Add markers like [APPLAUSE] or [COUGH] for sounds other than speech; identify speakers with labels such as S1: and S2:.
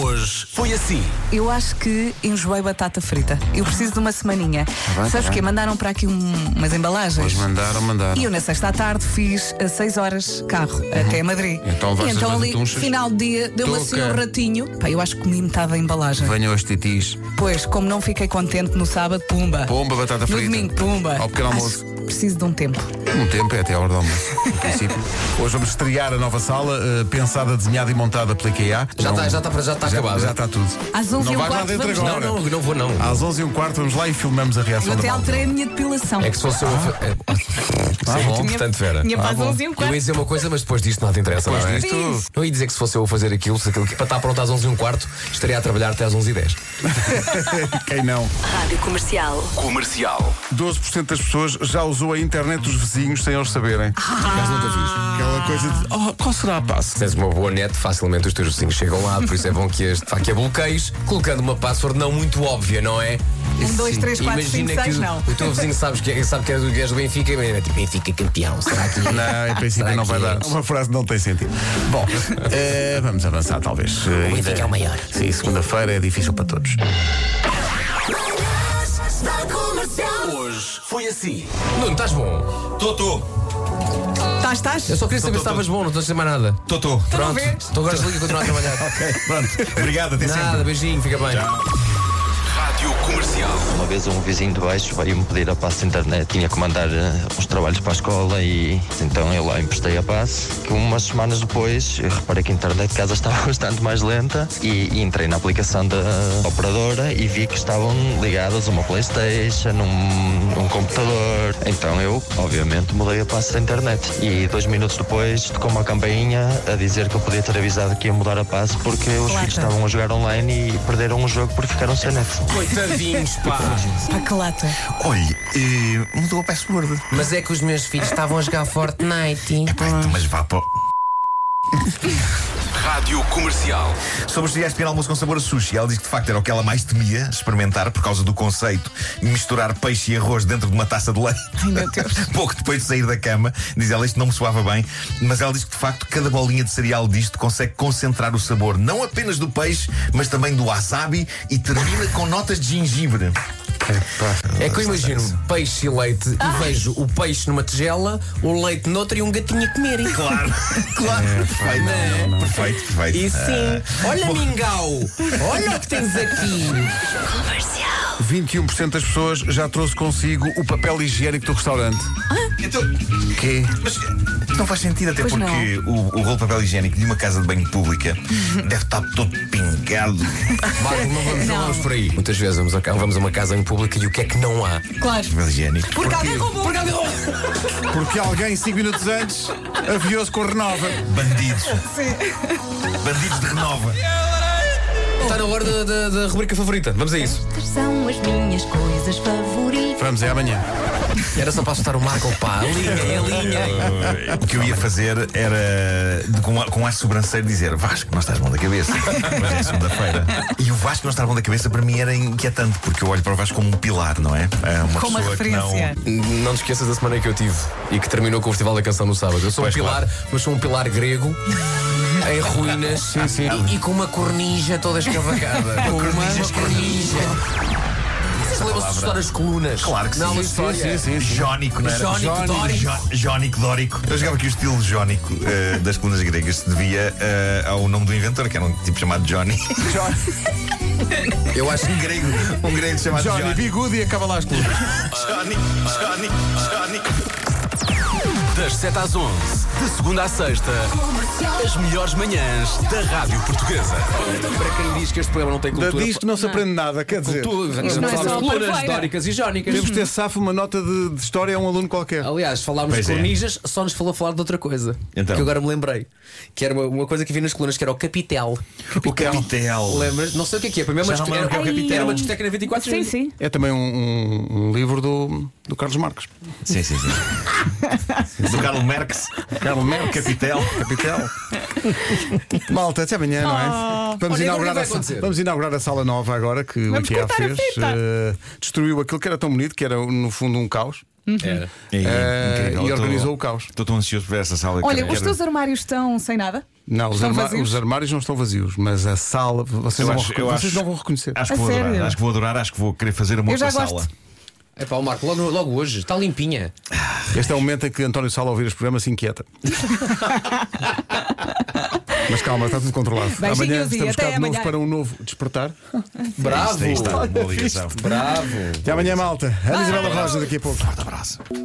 S1: Hoje foi assim.
S2: Eu acho que enjoei batata frita. Eu preciso de uma semaninha.
S3: bem,
S2: Sabes
S3: tá
S2: que
S3: bem.
S2: mandaram para aqui um- umas embalagens.
S3: Pois mandaram, mandaram.
S2: E eu na sexta à tarde fiz a 6 horas carro até Madrid.
S3: Então
S2: e
S3: levaste
S2: então
S3: as
S2: ali,
S3: latunchas?
S2: final de dia, deu
S3: Toca.
S2: assim um ratinho. Pá, eu acho que comi metade da embalagem.
S3: Venham as titis.
S2: Pois, como não fiquei contente no sábado, pumba.
S3: Pomba, batata
S2: no
S3: frita.
S2: domingo, pumba.
S3: Ao pequeno
S2: Acho
S3: almoço.
S2: que preciso de um tempo.
S3: Um tempo é até a hora do almoço,
S2: [LAUGHS]
S3: no princípio. Hoje vamos estrear a nova sala, eh, pensada, desenhada e montada pela IKEA.
S1: Já
S3: Não-
S1: está, já está, para- já está
S3: já,
S1: acabada.
S3: já está tudo.
S2: Às 11
S3: não
S2: e
S3: vais
S2: um
S3: lá
S2: quarto
S3: dentro
S2: vamos
S3: agora.
S1: Não, não, não vou não.
S3: Às 11 e um quarto vamos lá e filmamos a reação
S2: Eu
S3: da
S2: até
S3: malta.
S2: alterei a minha depilação.
S1: É que se fosse eu. a fa- É,
S3: Ah, bom.
S1: Sim, muito importante, Vera.
S2: Minha paz
S3: bom.
S2: 11 e um
S1: Eu
S2: quarto.
S1: ia dizer uma coisa, mas depois disto nada interessa,
S3: Depois
S1: não é?
S3: disto-
S2: Fiz.
S1: Não ia dizer que se fosse eu a fazer aquilo, se aquilo que- para estar pronto às 11 h quarto, estaria a trabalhar até às 11 h 10
S3: Quem não?
S4: Rádio Comercial.
S3: 12% das pessoas já usou a internet dos vizinhos sem eles saberem.
S2: Ah.
S3: Aquela coisa de. Oh, qual será a passo?
S1: Se tens uma boa net, facilmente os teus vizinhos chegam lá, por isso é bom que este que a bloqueies, colocando uma password não muito óbvia, não é?
S2: Um, dois, três, quatro,
S1: Imagina
S2: cinco,
S1: que
S2: seis,
S1: o,
S2: não.
S1: o teu vizinho sabes que, é- sabe que és do, és do Benfica e imagina, tipo, Benfica campeão, será que.
S3: Não, em princípio
S1: Será
S3: não
S1: que
S3: vai dar.
S1: é?
S3: Uma frase não tem sentido. Bom, eh, vamos avançar talvez. Eh,
S1: Benfica
S3: ainda-
S1: é o maior.
S3: Sim, segunda-feira é difícil para todos.
S5: Hoje foi assim.
S1: Nuno, estás bom?
S5: Tô, tô,
S2: Estás, Tá, estás?
S1: Eu só queria saber se estavas bom, não estou a dizer mais nada.
S5: tô, tô.
S2: Então
S1: Pronto,
S2: vês?
S1: então agora desliga e continua a
S2: [LAUGHS]
S1: trabalhar.
S3: Pronto.
S5: Obrigado, até sempre.
S1: Nada, beijinho, fica bem.
S5: Rádio Comercial.
S6: Uma vez um vizinho de baixo veio-me pedir a passe de internet, tinha que mandar eh, uns trabalhos para a escola e então eu lá emprestei a passe. Que umas semanas depois eu reparei que a internet de casa [LAUGHS] estava bastante mais lenta e, e entrei na aplicação da operadora e vi que estavam ligadas uma Playstation, um, um computador. Então eu, obviamente, mudei a passe da internet e dois minutos depois tocou uma campainha a dizer que eu podia ter avisado que ia mudar a passe porque os
S2: Claro.
S6: filhos estavam a jogar online e perderam o jogo porque ficaram sem net.
S1: Coitadinhos, [LAUGHS] pá.
S2: Pá, que lata.
S7: Olhe, eh, mudou a password.
S1: Mas é que os meus filhos estavam a jogar Fortnite.
S7: Pai, então, mas vá para. o-
S5: Rádio Comercial.
S7: Sobre os cereais de pequeno almoço com sabor a sushi, ela diz que de facto era o que ela mais temia experimentar por causa do conceito de misturar peixe e arroz dentro de uma taça de leite.
S2: Ai, meu Deus.
S7: [LAUGHS] Pouco depois de sair da cama, diz ela, isto não me soava bem, mas ela diz que de facto cada bolinha de cereal disto consegue concentrar o sabor não apenas do peixe, mas também do wasabi e termina com notas de gengibre.
S1: É que eu imagino peixe e leite e vejo o peixe numa tigela, o leite noutra e um gatinho a comerem. [LAUGHS]
S7: Claro, claro, [LAUGHS]
S1: É,
S7: perfeito, perfeito, perfeito.
S1: E sim, olha mingau, olha o que tens aqui.
S3: 21% das pessoas já trouxe consigo o papel higiênico do restaurante.
S7: Então,
S3: Quê?
S7: Mas eh, não faz sentido, até
S2: Pois
S7: porque o, o rolo de papel higiênico de uma casa de
S2: [LAUGHS]
S7: banho pública deve estar todo pingado.
S1: Marco, não vamos, não
S2: Não.
S1: vamos por aí. Muitas vezes vamos a, vamos a uma casa em público e o que é que não há?
S2: Claro.
S7: Papel higiênico.
S2: Porque alguém roubou.
S3: Porque alguém, 5 minutos antes, aviou-se com renova.
S7: Bandidos. Bandidos
S2: [LAUGHS]
S7: de renova.
S1: Está na hora da, da- da rubrica favorita, vamos a isso.
S4: Estas são as minhas coisas favoritas.
S3: Vamos, é amanhã.
S1: Era só para assustar o Marco, pá, a linha, é a linha.
S7: Eh, O que eu ia fazer era, de- com, a- com ar sobranceiro, dizer Vasco, não estás bom da cabeça. Mas é segunda-feira. E o Vasco não estar bom da cabeça para mim era inquietante, porque eu olho para o Vasco como um pilar, não é? É uma
S2: Com uma
S7: pessoa que
S2: referência.
S7: não.
S1: Não te esqueças da semana que eu tive e que terminou com o Festival da Canção no sábado. Eu sou
S7: Pois,
S1: um pilar, mas sou um pilar grego. [LAUGHS] Em ruínas E, e com uma cornija toda escavacada. [LAUGHS] com uma, uma cornija. Vocês lembram-se de assustar as colunas?
S7: Claro que
S1: Na
S7: sim.
S1: aula de história.
S7: Jónico, não era?
S1: Jónico, dórico.
S7: Jo- Jónico Dórico. Eu jogava que o estilo jónico eh, das colunas gregas se devia eh, ao nome do inventor, que era um tipo chamado Johnny.
S1: Eu acho
S7: Um grego, um grego chamado Johnny.
S3: Johnny, bigudo e acaba lá as clubes.
S7: Johnny, Johnny, Johnny.
S5: Das 7 às 11, de segunda à sexta, as melhores manhãs da Rádio Portuguesa.
S1: para quem diz que este programa não tem
S3: Da
S1: cultura.
S3: disto não se aprende nada, quer dizer.
S1: Tu,
S2: Isto não
S1: falámos
S2: é só
S1: de colunas
S2: parvoeira.
S1: históricas e jónicas.
S3: Temos de ter safo uma nota de, de história a um aluno qualquer.
S1: Aliás, falámos
S7: Pois
S1: de
S7: é.
S1: cornijas, só nos falou falar de outra coisa.
S7: Então.
S1: Que eu agora me lembrei. Que era uma, uma coisa que vi nas colunas, que era o capitel.
S7: O capitel.
S1: Lembras? Não sei o que é que é. Para mim é uma
S7: Já não
S1: discoteca-
S7: lembro o que é o
S1: era-
S7: capitel.
S1: Era uma discoteca na 24
S2: Sim, sim.
S3: É também um, um- um livro do, do Carlos Marques.
S7: Sim, sim, sim. Do Carlos Merckx. Carlos Merckx. Capitel.
S3: Capitel. Malta, até amanhã, não é? Vamos,
S1: Olha, e agora o que
S3: inaugurar
S1: vai
S3: a, sa-
S1: acontecer?
S3: vamos inaugurar a sala nova agora que
S2: Vamos
S3: o IKEA
S2: cortar a
S3: fez.
S2: fita.
S3: eh, destruiu aquilo que era tão bonito, que era no fundo um caos.
S1: Era.
S7: E,
S3: eh,
S7: incrível,
S3: e
S7: eu tô-
S3: organizou o caos.
S7: Estou tão ansioso por ver essa sala.
S2: Olha,
S7: Quero-
S2: os teus armários estão sem nada?
S3: Não, os,
S2: Estão
S3: arma-
S2: vazios?
S3: os armários não estão vazios, mas a sala, vocês,
S7: Eu
S3: não,
S7: acho-
S3: vão, recon-
S7: eu
S3: vocês
S7: acho-
S3: não vão reconhecer.
S7: Acho
S2: A
S7: que vou adorar,
S2: sério?
S7: acho que vou adorar, acho que vou querer fazer amor
S2: Eu
S7: com
S2: já
S7: a
S2: gosto.
S7: sala.
S1: É pá, o Marco, logo, logo hoje, está limpinha.
S3: Este é o momento em que António Sala, ao ouvir este programa, se inquieta. Mas calma, está tudo controlado.
S2: Beijinhos
S3: amanhã
S2: e
S3: estamos
S2: até
S3: cá de novo
S2: amanhã.
S3: para um novo
S2: [LAUGHS]
S3: despertar.
S1: Bravo!
S7: Ah, Isto aí está, boa ligação.
S1: Bravo!
S3: Até amanhã, malta. Ana Isabela Rosa, daqui a pouco.
S7: Forte abraço.